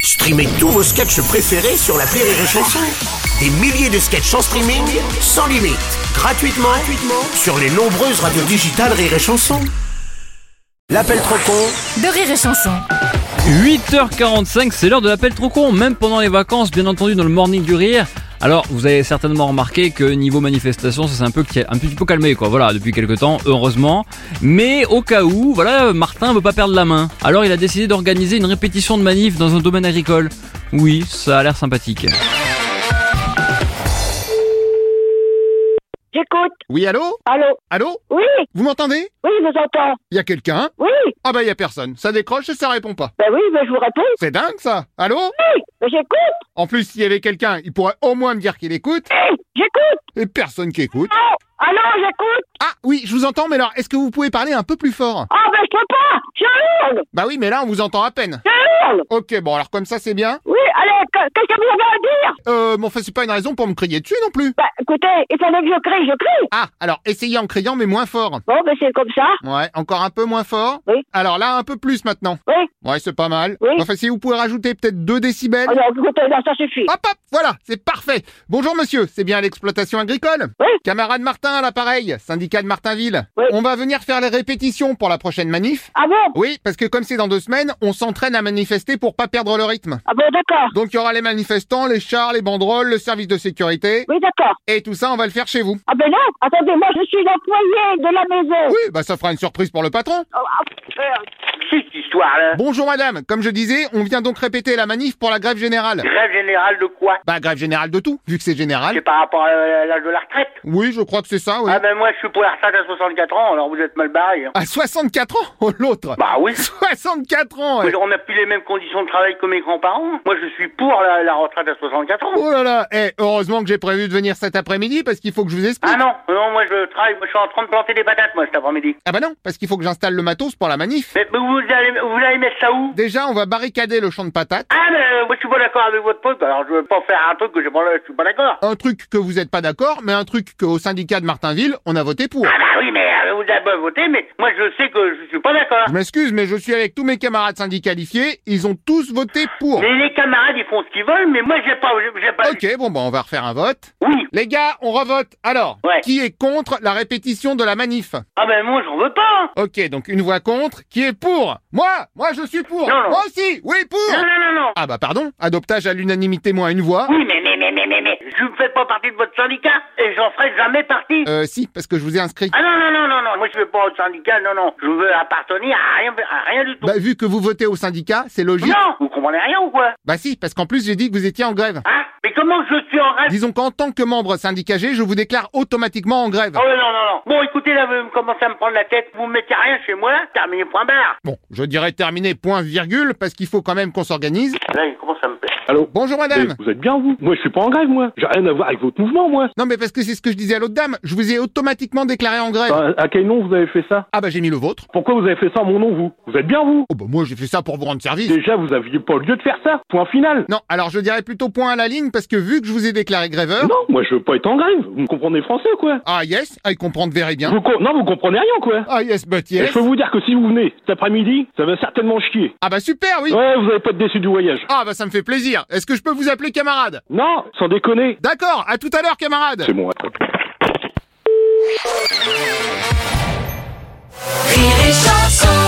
Streamez tous vos sketchs préférés sur la Rire et Chanson. Des milliers de sketchs en streaming, sans limite, gratuitement, gratuitement sur les nombreuses radios digitales Rire et Chanson. L'appel trop con de rire et chanson. 8h45, c'est l'heure de l'appel trop con, même pendant les vacances, bien entendu, dans le morning du rire. Alors, vous avez certainement remarqué que niveau manifestation, ça s'est un peu un petit peu calmé, quoi. Voilà, depuis quelques temps, heureusement. Mais au cas où, voilà, Martin veut pas perdre la main. Alors, il a décidé d'organiser une répétition de manif dans un domaine agricole. Oui, ça a l'air sympathique. J'écoute. Oui, allô Allô Allô Oui, Vous m'entendez oui, je vous entends. Y a quelqu'un Oui, Ah bah y a personne. Ça décroche et ça répond pas. ben oui, mais je vous réponds. C'est dingue ça Allô Oui, mais j'écoute. En plus, s'il y avait quelqu'un, il pourrait au moins me dire qu'il écoute. Oui, j'écoute. Et personne qui écoute. Non, allô, j'écoute. Ah oui, je vous entends, mais alors, est-ce que vous pouvez parler un peu plus fort Ah, ben je peux pas. Je hurle. Bah oui, mais là, on vous entend à peine. Je hurle. Ok, bon, alors comme ça, c'est bien. Oui, allez, que- qu'est-ce que vous avez à dire Euh, mais enfin, c'est pas une raison pour me crier dessus non plus. Ben, écoutez, étant donné que je crie, je crie. Ah, alors, essayez en criant, mais moins fort. Bon, ben c'est comme ça. Ouais, encore un peu moins fort. Oui. Alors là, un peu plus maintenant. Oui. Ouais, c'est pas mal. Oui. Enfin, si vous pouvez rajouter peut-être 2 décibels. Ah non, écoutez, non, ça suffit. Hop hop, voilà, c'est parfait. Bonjour monsieur, c'est bien l'exploitation agricole Oui. Camarade Martin à l'appareil, syndicat de Martinville. Oui. On va venir faire les répétitions pour la prochaine manif. Ah bon Oui, parce que comme c'est dans deux semaines, on s'entraîne à manifester pour pas perdre le rythme. Ah bon, d'accord. Donc il y aura les manifestants, les chars, les banderoles, le service de sécurité. Oui, d'accord. Et tout ça, on va le faire chez vous. Ah ben non, attendez, moi je suis l'employé de la maison. Oui, bah ça fera une surprise pour le patron. Oh, ah, merde. cette histoire-là Bonjour madame, comme je disais, on vient donc répéter la manif pour la grève générale. Grève générale de quoi Bah grève générale de tout, vu que c'est C'est général. par rapport à l'âge de la retraite Oui, je crois que c'est ça, oui. Ah. Ah ben moi je suis pour la retraite à 64 ans, alors vous êtes mal barré. hein. À 64 ans Oh l'autre Bah oui 64 ans ouais. Mais on n'a plus les mêmes conditions de travail que mes grands-parents. Moi, je suis pour la, la retraite à 64 ans. Oh là là, eh, heureusement que j'ai prévu de venir cet après-midi parce qu'il faut que je vous explique. Ah non, non, moi je travaille, moi, je suis en train de planter des patates, moi, cet après-midi. Ah bah non, parce qu'il faut que j'installe le matos pour la manif. Mais, mais vous, allez, vous allez mettre ça où Déjà, on va barricader le champ de patates. Ah, mais euh, moi, je suis pas d'accord avec votre pote, alors je veux pas faire un truc que j'ai pas- je suis pas d'accord. Un truc que vous n'êtes pas d'accord, mais un truc qu'au syndicat de Martinville, on a voté pour. Ah bah oui, mais euh, vous avez pas voté, mais moi, je sais que je suis pas d'accord. Je m'excuse, mais je suis avec tous mes camarades syndicalifiés, ils ont tous voté pour. Mais les camarades, ils font ce qu'ils veulent, mais moi, j'ai pas... J'ai pas... Ok, bon bah on va refaire un vote. Oui, Les gars, on revote. Alors, Ouais. qui est contre la répétition de la manif ah ben moi, j'en veux pas. hein. Ok, donc une voix contre, qui est pour Moi Moi je suis pour Non, non. Moi aussi Oui, pour Non, non, non, non. Ah bah pardon, adoptage à l'unanimité moins une voix. Oui, mais, mais, mais, mais, mais, mais, je ne fais pas partie de votre syndicat et j'en ferai jamais partie. Euh, si, parce que je vous ai inscrit. Ah non, non, non, non, non, moi je ne veux pas au syndicat, non, non, je veux appartenir à rien, à rien du tout. Bah, vu que vous votez au syndicat, c'est logique. non, vous comprenez rien ou quoi Bah si, parce qu'en plus, j'ai dit que vous étiez en grève. Hein Mais comment je suis en grève Disons qu'en tant que membre syndicagé, je vous déclare automatiquement en grève. Ah. Oh non, non, non. Bon, écoutez, là, vous commencez à me prendre la tête, vous me mettez rien chez moi, terminé point barre. Bon, je dirais terminé point virgule, parce qu'il faut quand même qu'on s'organise. Là, il commence à me plaire. Allô Bonjour madame Mais Vous êtes bien, vous Moi, je suis pas en grève, moi. J'ai rien à voir avec votre mouvement, moi. Non mais parce que c'est ce que je disais à l'autre dame, je vous ai automatiquement déclaré en grève. À, à quel nom vous avez fait ça Ah bah j'ai mis le vôtre. Pourquoi vous avez fait ça à mon nom, vous Vous êtes bien, vous Oh bah moi j'ai fait ça pour vous rendre service. Déjà, vous aviez pas lieu de faire ça. Point final. Non, alors je dirais plutôt point à la ligne, parce que vu que je vous ai déclaré grèveur... Non, moi, je veux pas être en grève. Vous me comprenez français, quoi Ah yes, à y comprendre verrez bien. vous com- Non, vous comprenez rien, quoi. Ah yes, but Et yes. je peux vous dire que si vous venez cet après-midi, ça va certainement chier. Ah bah super, oui Ouais, vous allez pas être déçu du voyage. Ah bah ça me fait plaisir. Est-ce que je peux vous appeler camarade Non, sans déconner. D'accord, à tout à l'heure camarade C'est bon, attends. Rire et chanson.